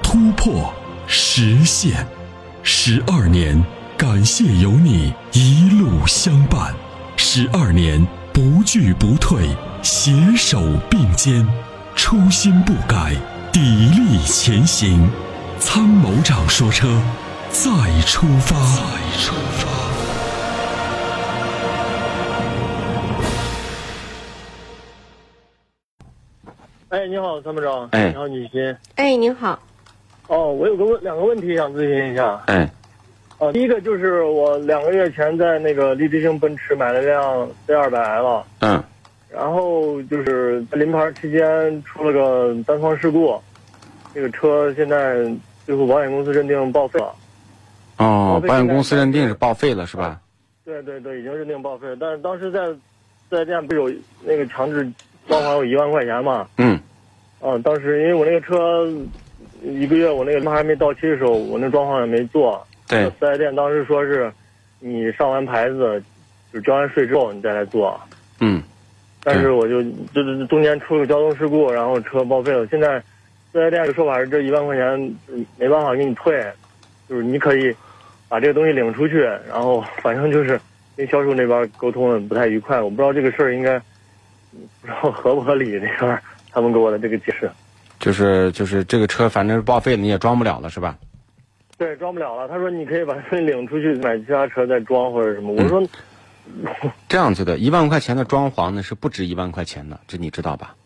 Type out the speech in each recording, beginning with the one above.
突破、实现，十二年，感谢有你一路相伴，十二年不惧不退，携手并肩，初心不改，砥砺前行。”参谋长说：“车，再出发。”再出发。哎，你好，参谋长。哎你好，女新。哎，您好，哦，我有个问两个问题想咨询一下。哎，啊，第一个就是我两个月前在那个立志星奔驰买了辆 C 2 0 0 L，嗯然后就是在临牌期间出了个单方事故，这个车现在最后保险公司认定报废了。哦报，废保险现在公司是认定是报废了是吧？对对对，已经认定报废了。但是当时在四 S 店不是有那个强制交款有一万块钱嘛？嗯啊，当时因为我那个车一个月我那个还没到期的时候，我那装潢也没做，对，四 S 店当时说是，你上完牌子，就交完税之后你再来做。嗯但是我就这这中间出了个交通事故，然后车报废了。现在四 S 店的说法是这一万块钱就是没办法给你退，就是你可以把这个东西领出去，然后反正就是跟销售那边沟通的不太愉快。我不知道这个事儿应该不知道合不合理，这个他们给我的这个解释。就是就是这个车反正是报废了，你也装不了了是吧？对，装不了了。他说你可以把它领出去买其他车再装或者什么。我嗯说。这样子的，一万块钱的装潢呢是不值一万块钱的，这你知道吧？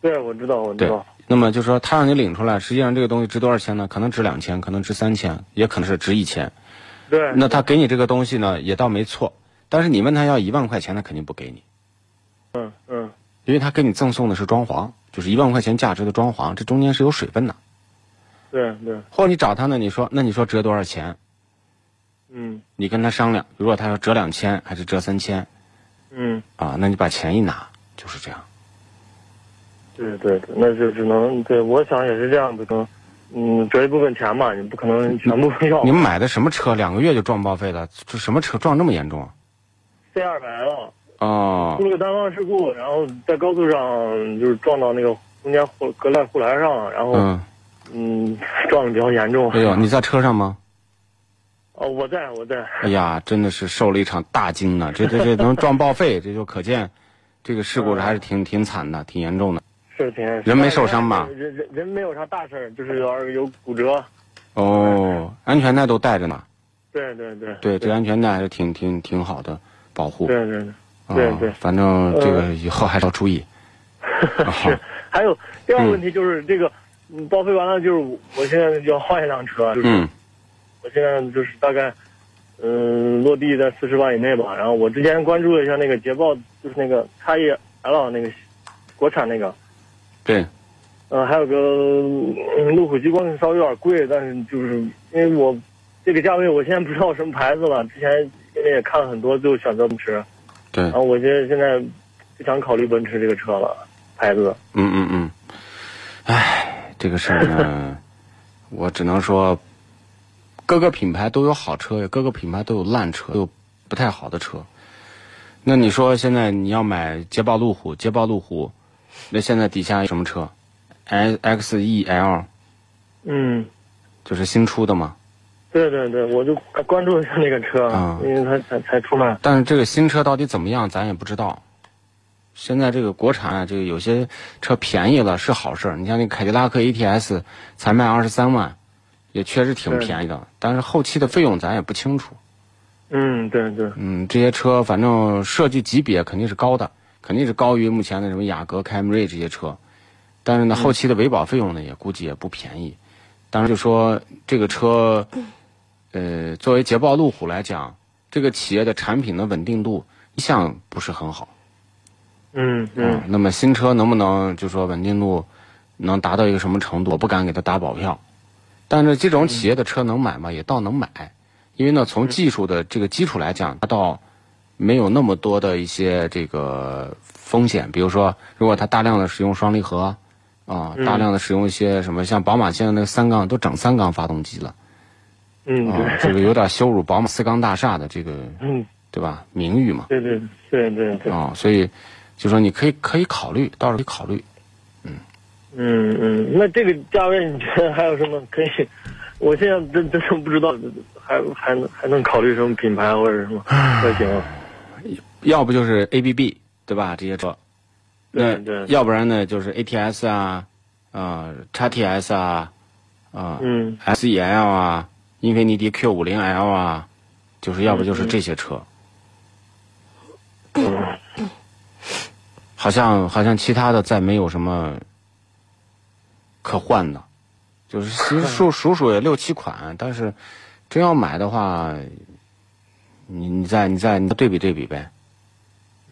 对，我知道，我知对道。，那么就说他让你领出来，实际上这个东西值多少钱呢？可能值两千，可能值三千，也可能是值一千。对，那他给你这个东西呢，也倒没错，但是你问他要一万块钱，他肯定不给你，嗯嗯。因为他给你赠送的是装潢，就是一万块钱价值的装潢，这中间是有水分的。对对，或者你找他呢，你说那你说折多少钱？嗯你跟他商量，如果他要折两千还是折三千嗯，啊，那你把钱一拿，就是这样。对对对，那就只能对我想也是这样子，可能嗯折一部分钱嘛，你不可能全部要你。们买的什么车？两个月就撞报废了，这什么车撞这么严重啊？ C 二百了，出哦，了个单方事故，然后在高速上就是撞到那个中间护隔栏护栏上，然后嗯，嗯撞的比较严重。哎呦，你在车上吗？哦，我在我在，哎呀，真的是受了一场大惊呐！这这这能撞报废，这就可见，这个事故还是挺挺惨的，挺严重的。是挺人没受伤吧人人人没有啥大事儿，就是有点儿有骨折。哦，安全带都带着呢。对对对对，这安全带还是挺挺挺好的保护。对对对对啊对。呃反正这个以后还是要 注意。啊是，还有第二个问题就是这个，嗯，报废完了就是我我现在要换一辆车，啊就是嗯我现在就是大概，嗯、落地在四十万以内吧。然后我之前关注了一下那个捷豹，就是那个叉 E L 那个国产那个，对，呃，还有个嗯路虎极光稍微有点贵，但是就是因为我这个价位，我现在不知道什么牌子了。之前因为也看了很多，最后选择奔驰。对然后我现在现在不想考虑奔驰这个车了，牌子。嗯嗯嗯，唉，这个事儿呢，我只能说，各个品牌都有好车，各个品牌都有烂车，都有不太好的车。那你说现在你要买捷豹路虎，捷豹路虎，那现在底下有什么车？X X E L 嗯。就是新出的嘛。对对对，我就关注一下那个车，啊因为它才才出来。但是这个新车到底怎么样，咱也不知道。现在这个国产啊，这个有些车便宜了是好事儿。你像那凯迪拉克 ATS 才卖二十三万，也确实挺是便宜的。但是后期的费用咱也不清楚。嗯，对对，嗯，这些车反正设计级别肯定是高的，肯定是高于目前的什么雅阁、凯美瑞这些车。但是呢，后期的维保费用呢，也估计也不便宜。当然就说这个车，呃，作为捷豹路虎来讲，这个企业的产品的稳定度一向不是很好。嗯嗯嗯，，那么新车能不能就说稳定度能达到一个什么程度，我不敢给它打保票。但是这种企业的车能买吗？也倒能买，因为呢，从技术的这个基础来讲，它倒没有那么多的一些这个风险。比如说，如果它大量的使用双离合，啊、嗯大量的使用一些什么，像宝马现在那个三缸都整三缸发动机了，嗯，啊、对， 这个有点羞辱宝马四缸大厦的这个，嗯，对吧？名誉嘛，对对对对对，啊、所以就说你可以可以考虑，倒是可以考虑。嗯嗯，那这个价位你觉得还有什么可以？我现在真真的不知道，还还能还能考虑什么品牌或者什么车型啊？要不就是 ABB 对吧？这些车，对那对要不然呢就是 ATS 啊，呃，XTS 啊，啊、嗯 SEL 啊，英菲尼迪 Q 5 0 L 啊，就是要不嗯就是这些车。好像好像其他的再没有什么可换的，就是其实嗯数数数也六七款，但是真要买的话，你你再你再你再对比对比呗，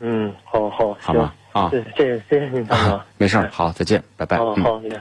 嗯，好好好行，吗？啊，对，谢谢谢谢您，大哥。没事儿，好，再见，拜拜。好嗯。好，再见。